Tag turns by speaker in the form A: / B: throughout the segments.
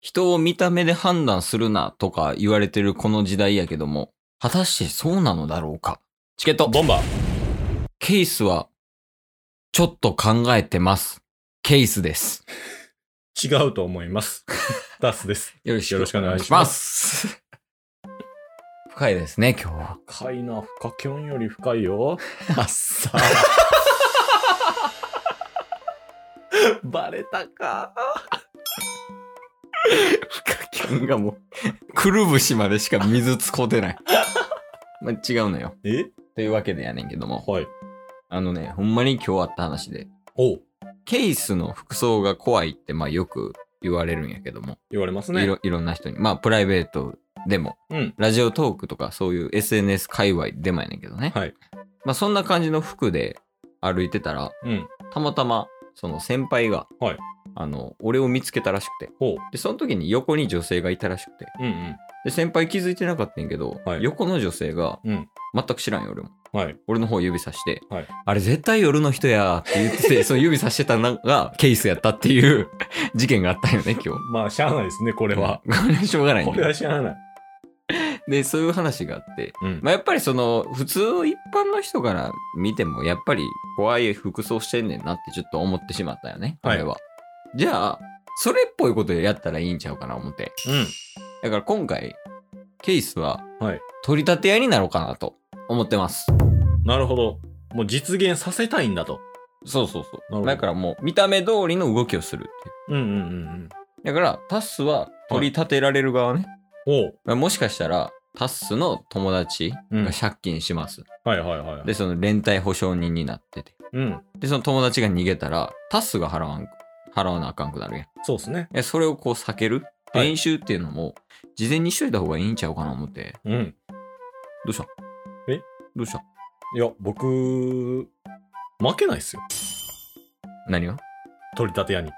A: 人を見た目で判断するなとか言われてるこの時代やけども、果たしてそうなのだろうか。チケット、
B: ボンバー。
A: ケースは、ちょっと考えてます。ケースです。
B: 違うと思い ます。ダスです。
A: よろし
B: よろしくお願いし
A: ま。
B: ます
A: 深いですね、今日は。
B: 深いな、深きょんより深いよ。あっさ。 バレたか。
A: 深きょんがもう、くるぶしまでしか水使うてない。 まあ、違うのよ。
B: え
A: というわけでやねんけども、
B: はい。
A: あのね、ほんまに今日あった話で、
B: お
A: ケースの服装が怖いって、まあよく言われるんやけども、
B: 言われます
A: い
B: ね。
A: ろいろんな人に、まあプライベートでも、
B: うん。
A: ラジオトークとかそういう SNS 界隈でもやねんけどね、
B: はい。
A: まあそんな感じの服で歩いてたら、
B: うん。
A: たまたまその先輩が、
B: はい
A: あの俺を見つけたらしくて
B: ほう。
A: でその時に横に女性がいたらしくて
B: うん
A: で先輩気づいてなかったんやけど、
B: はい
A: 横の女性が
B: うん。うん。
A: 全く知らんよ俺も
B: はい。
A: 俺の方指さして、
B: はい
A: あれ絶対夜の人やって言ってて その指さしてたのがケースやったっていう 事件があったんよね今日。
B: まあ、しゃあないですね、これは。
A: これはしょうがないん
B: こ
A: だ
B: れ
A: よ
B: はしゃあない。
A: でそういう話があって、
B: うん。
A: まあ、やっぱりその普通の一般の人から見てもやっぱり怖い服装してんねんなってちょっと思ってしまったよね、
B: はい
A: 俺は。じゃあそれっぽいことやったらいいんちゃうかな思ってだから今回ケースは
B: はい
A: 取り立て屋になろうかなと思ってます。
B: うん。なるほど。もう実現させたいんだと。
A: そうそうそ
B: なるほど
A: う。だからもう見た目通りの動きをするっていう
B: うんうんうん
A: だからタッスは取り立てられる側ね。
B: うん。おう。
A: もしかしたらタッスの友達
B: うん
A: が借金します。
B: はいはいはい。
A: で、その連帯保証人になってて。
B: うん。
A: で、その友達が逃げたらタッスが払わん、払わなあかんくなるやん
B: そうですね。
A: で。それをこう避ける
B: はい
A: 練習っていうのも事前にしといた方がいいんちゃうかな思って。
B: うん。
A: どうした
B: え
A: どうした
B: いや、僕、負けないっすよ。
A: 何が
B: 取り立て屋に。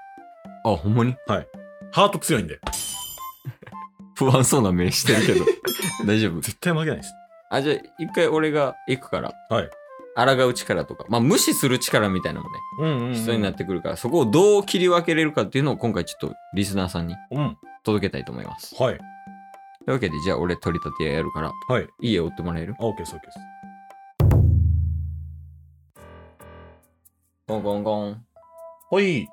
A: あ、ほんまに
B: ハート強いんで。
A: 不安そうな目してるけ ど。大丈夫
B: 絶対負けないです。
A: あ、じゃあ一回俺が行くから。
B: はい。
A: 抗う力とか、まあ無視する力みたいなのもね、
B: うんうん、
A: 必要になってくるから、そこをどう切り分けれるかっていうのを今回ちょっとリスナーさんに
B: うん。
A: 届けたいと思います。
B: はい。
A: というわけで、じゃあ俺取り立て屋やるから、
B: はい。
A: 家追ってもらえる
B: あ、OK です、OK です。
A: ゴンゴンゴン。
B: はい。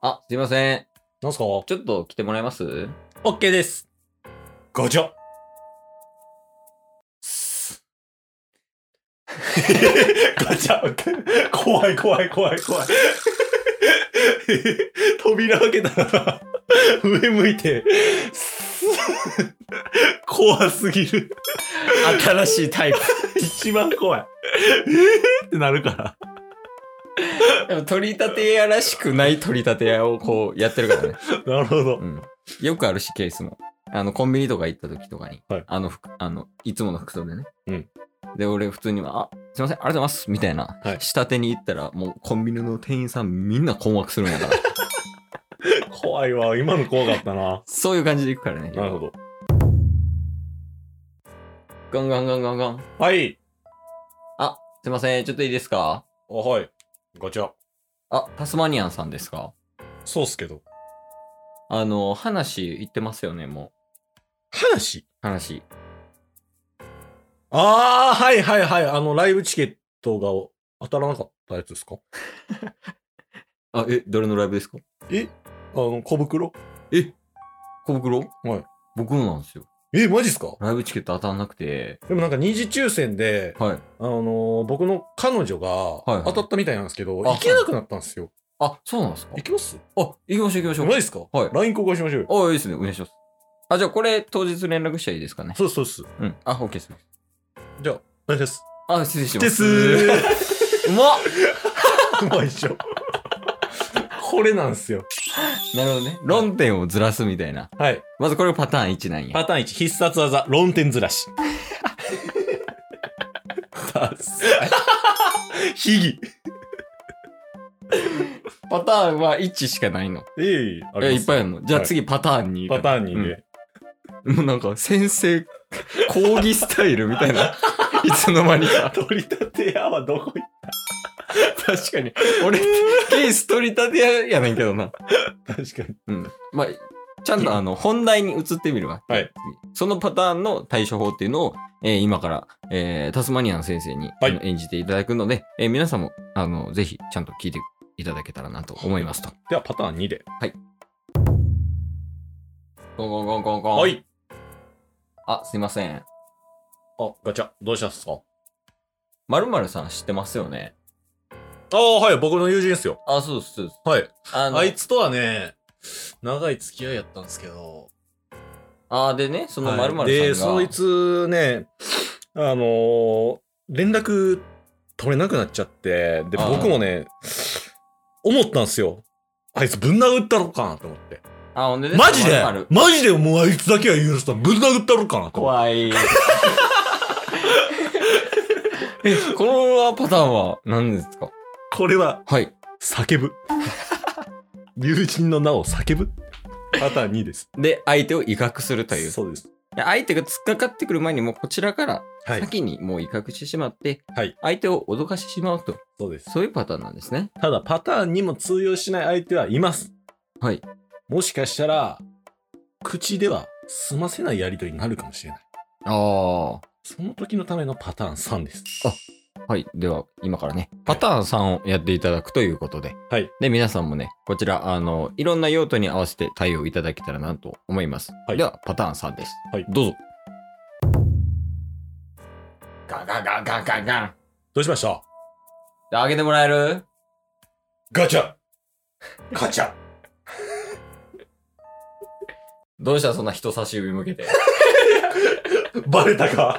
A: あ、すいません。
B: なんす
A: ち
B: か
A: ょっと来てもらえます
B: ?OK です。ガチ ャガチャ怖い怖い怖い怖い。扉開けたら、上向いて、スッ怖すぎる。
A: 新しいタイプ。
B: 一番怖い。えーってなるから。
A: でも取り立て屋らしくない取り立て屋をこうやってる からね。
B: なるほど
A: う。ん。よくあるし、ケースも。あの、コンビニとか行った時とかに、
B: はい
A: あの服、あの、いつもの服装でね。
B: うん
A: で、俺、普通に、あ、すいません、ありがとうございます、みたいな、
B: はい
A: 下手に行ったら、もうコンビニの店員さんみんな困惑するんや から。
B: 怖いわ。今の怖かったな。
A: そういう感じで行くからね。
B: なるほど。
A: ガンガンガンガンガン。
B: はい。
A: あ、すいません、ちょっといいですか
B: あ、はい。ガチャ。
A: あ、タスマニアンさんですか
B: そうっすけど。
A: あの、話言ってますよね、も
B: 話
A: う。話。
B: ああ、はいはいはい。あの、ライブチケットが当たらなかったやつですか
A: あ、え、誰のライブですか
B: えあの、小袋
A: 小袋
B: はい。
A: 僕のなんですよ。
B: え、マジっすか
A: ライブチケット当たんなくて。
B: でもなんか二次抽選で、
A: はい。
B: あのー僕の彼女
A: いは
B: が
A: い
B: 当たったみたいなんですけど、
A: あ
B: 行けなくなったんですよ。
A: あ、そうなんですか
B: 行きます
A: あ、行きましょう行きましょう。
B: マジっすか
A: はい
B: ?LINE 交換しましょう
A: あ、
B: よ。
A: いいですね。お願いします。あ、じゃあこれ当日連絡したらいいですかね。
B: そうですそうです。
A: うん。あ、OK です。
B: じゃあ、お願いします。
A: あ、失礼します。
B: です
A: うまっ
B: う まいっしょ。これなんですよ。
A: なるほどね。論点をずらすみたいな。
B: はい。
A: まずこれパターン1なんや。
B: パターン1、必殺技、論点ずらし。 ダサい。秘技。
A: パターンは1しかないの。
B: ええあ
A: え、い
B: りま
A: っ
B: す
A: ぱいあるの。じゃあ
B: はい
A: 次パターン2。
B: パターン2で。
A: うん。もうなんか先生、講義スタイルみたい な。いつの間にか。
B: 取り立て屋はどこ行っ
A: 確かに。俺、ケース取り立てややねんけどな。
B: た確かに。
A: うん。まあ、ちゃんとあの、本題に移ってみるわ。
B: はい
A: そのパターンの対処法っていうのを、えー今から、えータスマニアの先生に、
B: はい
A: あの演じていただくので、えー皆さんも、あの、ぜひ、ちゃんと聞いていただけたらなと思いますと。
B: ではパターン2で。
A: ゴンゴンゴンゴンゴン。
B: はい。
A: あ、すいません。
B: あ、ガチャ。どうしたっすか
A: まるまるさん知ってますよね。
B: ああ、はい。僕の友人ですよ。
A: あ、そうです、そうです。
B: はい。
A: あの
B: あいつとはね、長い付き合いやったんですけど。
A: あーでね、そのまるま
B: はいで、
A: るさんが、
B: そいつね、あのー連絡取れなくなっちゃって、で、
A: はい
B: 僕もね、思ったんですよ。あいつぶん殴ったろかなと思って。
A: あ、ほんでね、
B: マジで
A: まるまる
B: マジでもうあいつだけは許したぶん殴ったろかなと思って。
A: 怖い。え このパターンは何ですか
B: これは
A: はい。
B: 叫ぶ。友人の名を叫ぶ。パターン2です。
A: で、相手を威嚇するという。
B: そうです。
A: で相手が突っかかってくる前に、もうこちらから
B: はい。
A: 先にもう威嚇してしまって、
B: はい
A: 相手を脅かしてしまうと。
B: そうです。
A: そういうパターンなんですね。
B: ただ、パターンにも通用しない相手はいます。
A: はい。
B: もしかしたら、口では済ませないやりとりになるかもしれない。
A: あ
B: その時のためのパターン3です。
A: あ。はい。では、今からね、パターン3をやっていただくということで。
B: はい。
A: で、皆さんもね、こちら、あの、いろんな用途に合わせて対応いただけたらなと思います。
B: はい
A: では、パターン3です。
B: はい
A: どうぞ。ガガガガガガン。
B: どうしました
A: で、あげてもらえる
B: ガチャガチャ
A: どうしたそんな人差し指向けて。
B: バレたか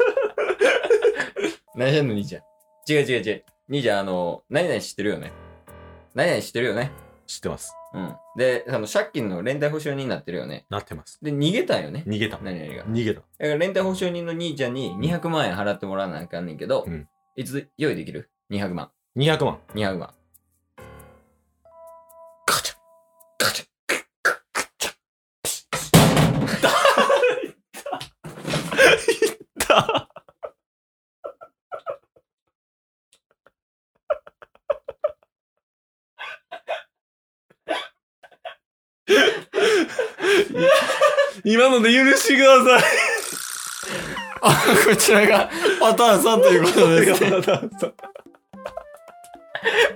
A: 何してんの、兄ちゃん。違う違う違う。兄ちゃん、あの、何々知ってるよね。何々知ってるよね。
B: 知ってます。
A: うん。で、あの、借金の連帯保証人になってるよね。
B: なってます。
A: で、逃げたんよね。
B: 逃げた。
A: 何々が。
B: 逃げた。
A: だから連帯保証人の兄ちゃんに200万円払ってもらわなあかんねんけど、
B: うん
A: いつ用意できる ?200 万。
B: 200万。
A: 200万。
B: ガチャガチャ今ので許してください。
A: あ、こちらがパターン3ということです、ね。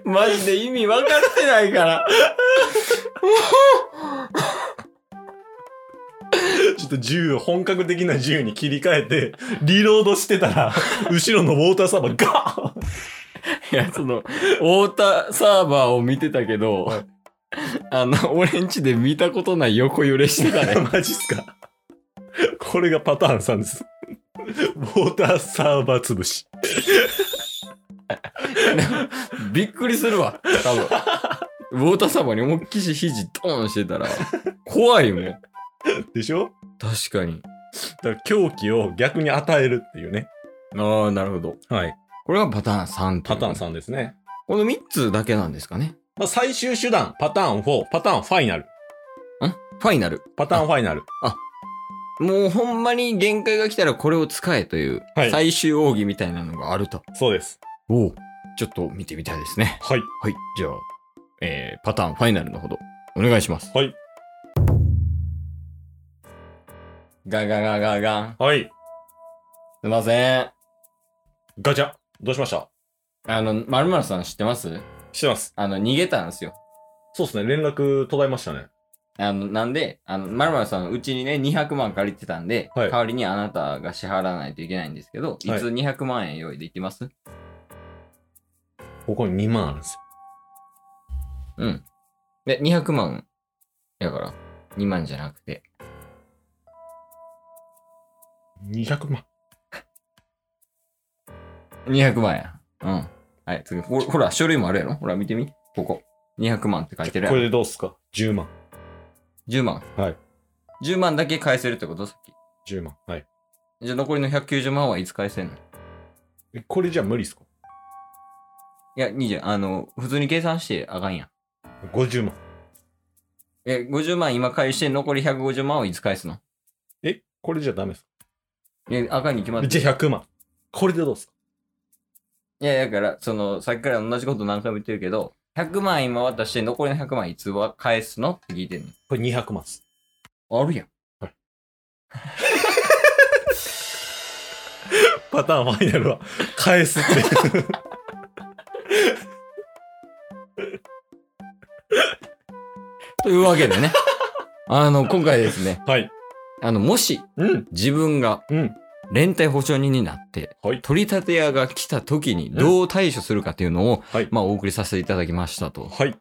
A: マジで意味分かってないから。
B: ちょっと銃を本格的な銃に切り替えて、リロードしてたら、後ろのウォーターサーバーガーン
A: いや、その、ウォーターサーバーを見てたけど、
B: はい
A: あの、俺んちで見たことない横揺れしてた ね。
B: マジっすかこれがパターン3です。ウォーターサーバー潰し。
A: びっくりするわ、多分。ウォーターサーバーに思いっきり肘ドーンしてたら、怖いもん。
B: でしょ
A: 確かに。
B: だから狂気を逆に与えるっていうね。
A: ああ、なるほど。
B: はい。
A: これがパターン3とい
B: パ
A: う
B: ターン3ですね。
A: この3つだけなんですかね。
B: まあ、最終手段、パターン4、パターンファイナル。
A: んファイナル。
B: パターンファイナル。
A: もうほんまに限界が来たらこれを使えという
B: はい
A: 最終奥義みたいなのがあると。
B: そうです。
A: おお。ちょっと見てみたいですね。
B: はい。
A: はい。じゃあ、えー、パターンファイナルのほどお願いします。
B: はい。
A: ガガガガガン。
B: はい。
A: すいません。
B: ガチャ。どうしました
A: あの、まるまるさん知ってます
B: してます。
A: あの、逃げたんですよ。
B: そうですね。連絡途絶えましたね。
A: あの、なんで、あの、まるまるさんのうちにね、200万借りてたんで、
B: はい
A: 代わりにあなたが支払わないといけないんですけど、いつ
B: はい
A: 200万円用意できます、
B: ここに2万あるんですよ。
A: うん。で、200万やから、2万じゃなくて、
B: 200万。
A: 200万や。うん。はい、次。ほほら、書類もあるやろほら、見てみ。ここ。200万って書いてるや
B: こ
A: ろ
B: れでどうっすか ?10 万。
A: 10万。
B: はい。
A: 10万だけ返せるってことさっき。
B: 10万。はい。
A: じゃあ残りの190万はいつ返せんのい
B: えこれじゃ無理っすか
A: や、20、あの、普通に計算してあかんやん。
B: ?50 万。
A: え、50万今返して残り150万はいつ返すの
B: えこれじゃダメっす
A: いや、あかんに決まっ
B: か
A: てる。
B: じゃあ100万。これでどうっすか
A: いや、だから、その、さっきから同じこと何回も言ってるけど、100万今渡して残りの100万いつは返すのって聞いてんの。
B: これ200万っす。
A: ああるやん。
B: パターンファイ ナルは返すっていう
A: というわけ でね。あの、今回ですね。
B: はい
A: あの、もし
B: うん
A: 自分が
B: うん
A: 連帯保証人になって、
B: はい
A: 取り立て屋が来た時にどう対処するかっていうのを、
B: はい
A: まあお送りさせていただきましたと。
B: はい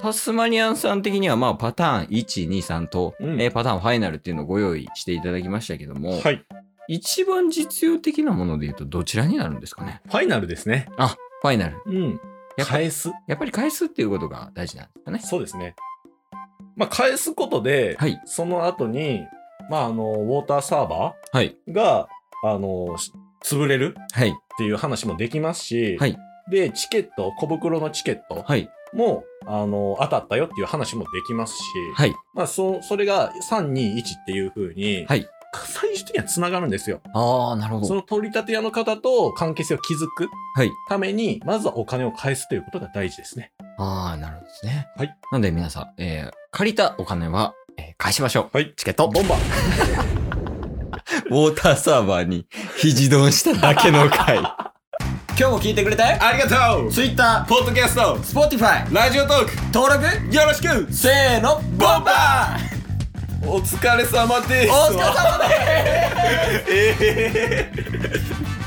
A: タスマニアンさん的にはまあパターン1、2、3と、
B: うん
A: えーパターンファイナルっていうのをご用意していただきましたけども、
B: はい
A: 一番実用的なもので言うとどちらになるんですかね
B: ファイナルですね
A: あ、ファイナル。
B: うん
A: やっぱ
B: 返す
A: やっぱり返すっていうことが大事なんですかね。
B: そうですねまあ返すことで、
A: はい。
B: その後にまああのウォーターサーバ
A: はい。
B: ーがあのし潰れる
A: はい。
B: っていう話もできますし、
A: はい
B: でチケット小袋のチケット
A: はい。
B: も、あの当たったよっていう話もできますし、
A: はい。
B: まあそそれが321っていう風に、
A: はい
B: 最終的には繋がるんですよ
A: ああ、なるほ
B: そ
A: ど。
B: の取り立て屋の方と関係性を築く
A: はい。
B: ために、まずはお金を返すということが大事ですね。
A: ああ、なるほどですね。
B: はい。
A: なんで皆さん、えー借りたお金は、えー返しましょう。
B: はい
A: チケット、
B: ボンバー
A: ウォーターサーバーに肘ドンしただけの回。 今日も聞いてくれて
B: ありがとう
A: Twitter、
B: ポッドキャスト
A: Spotify、
B: ラジオトーク
A: 登録、
B: よろしく
A: せーの、ボンバー
B: お疲れ様です
A: お疲れ様です
B: ええ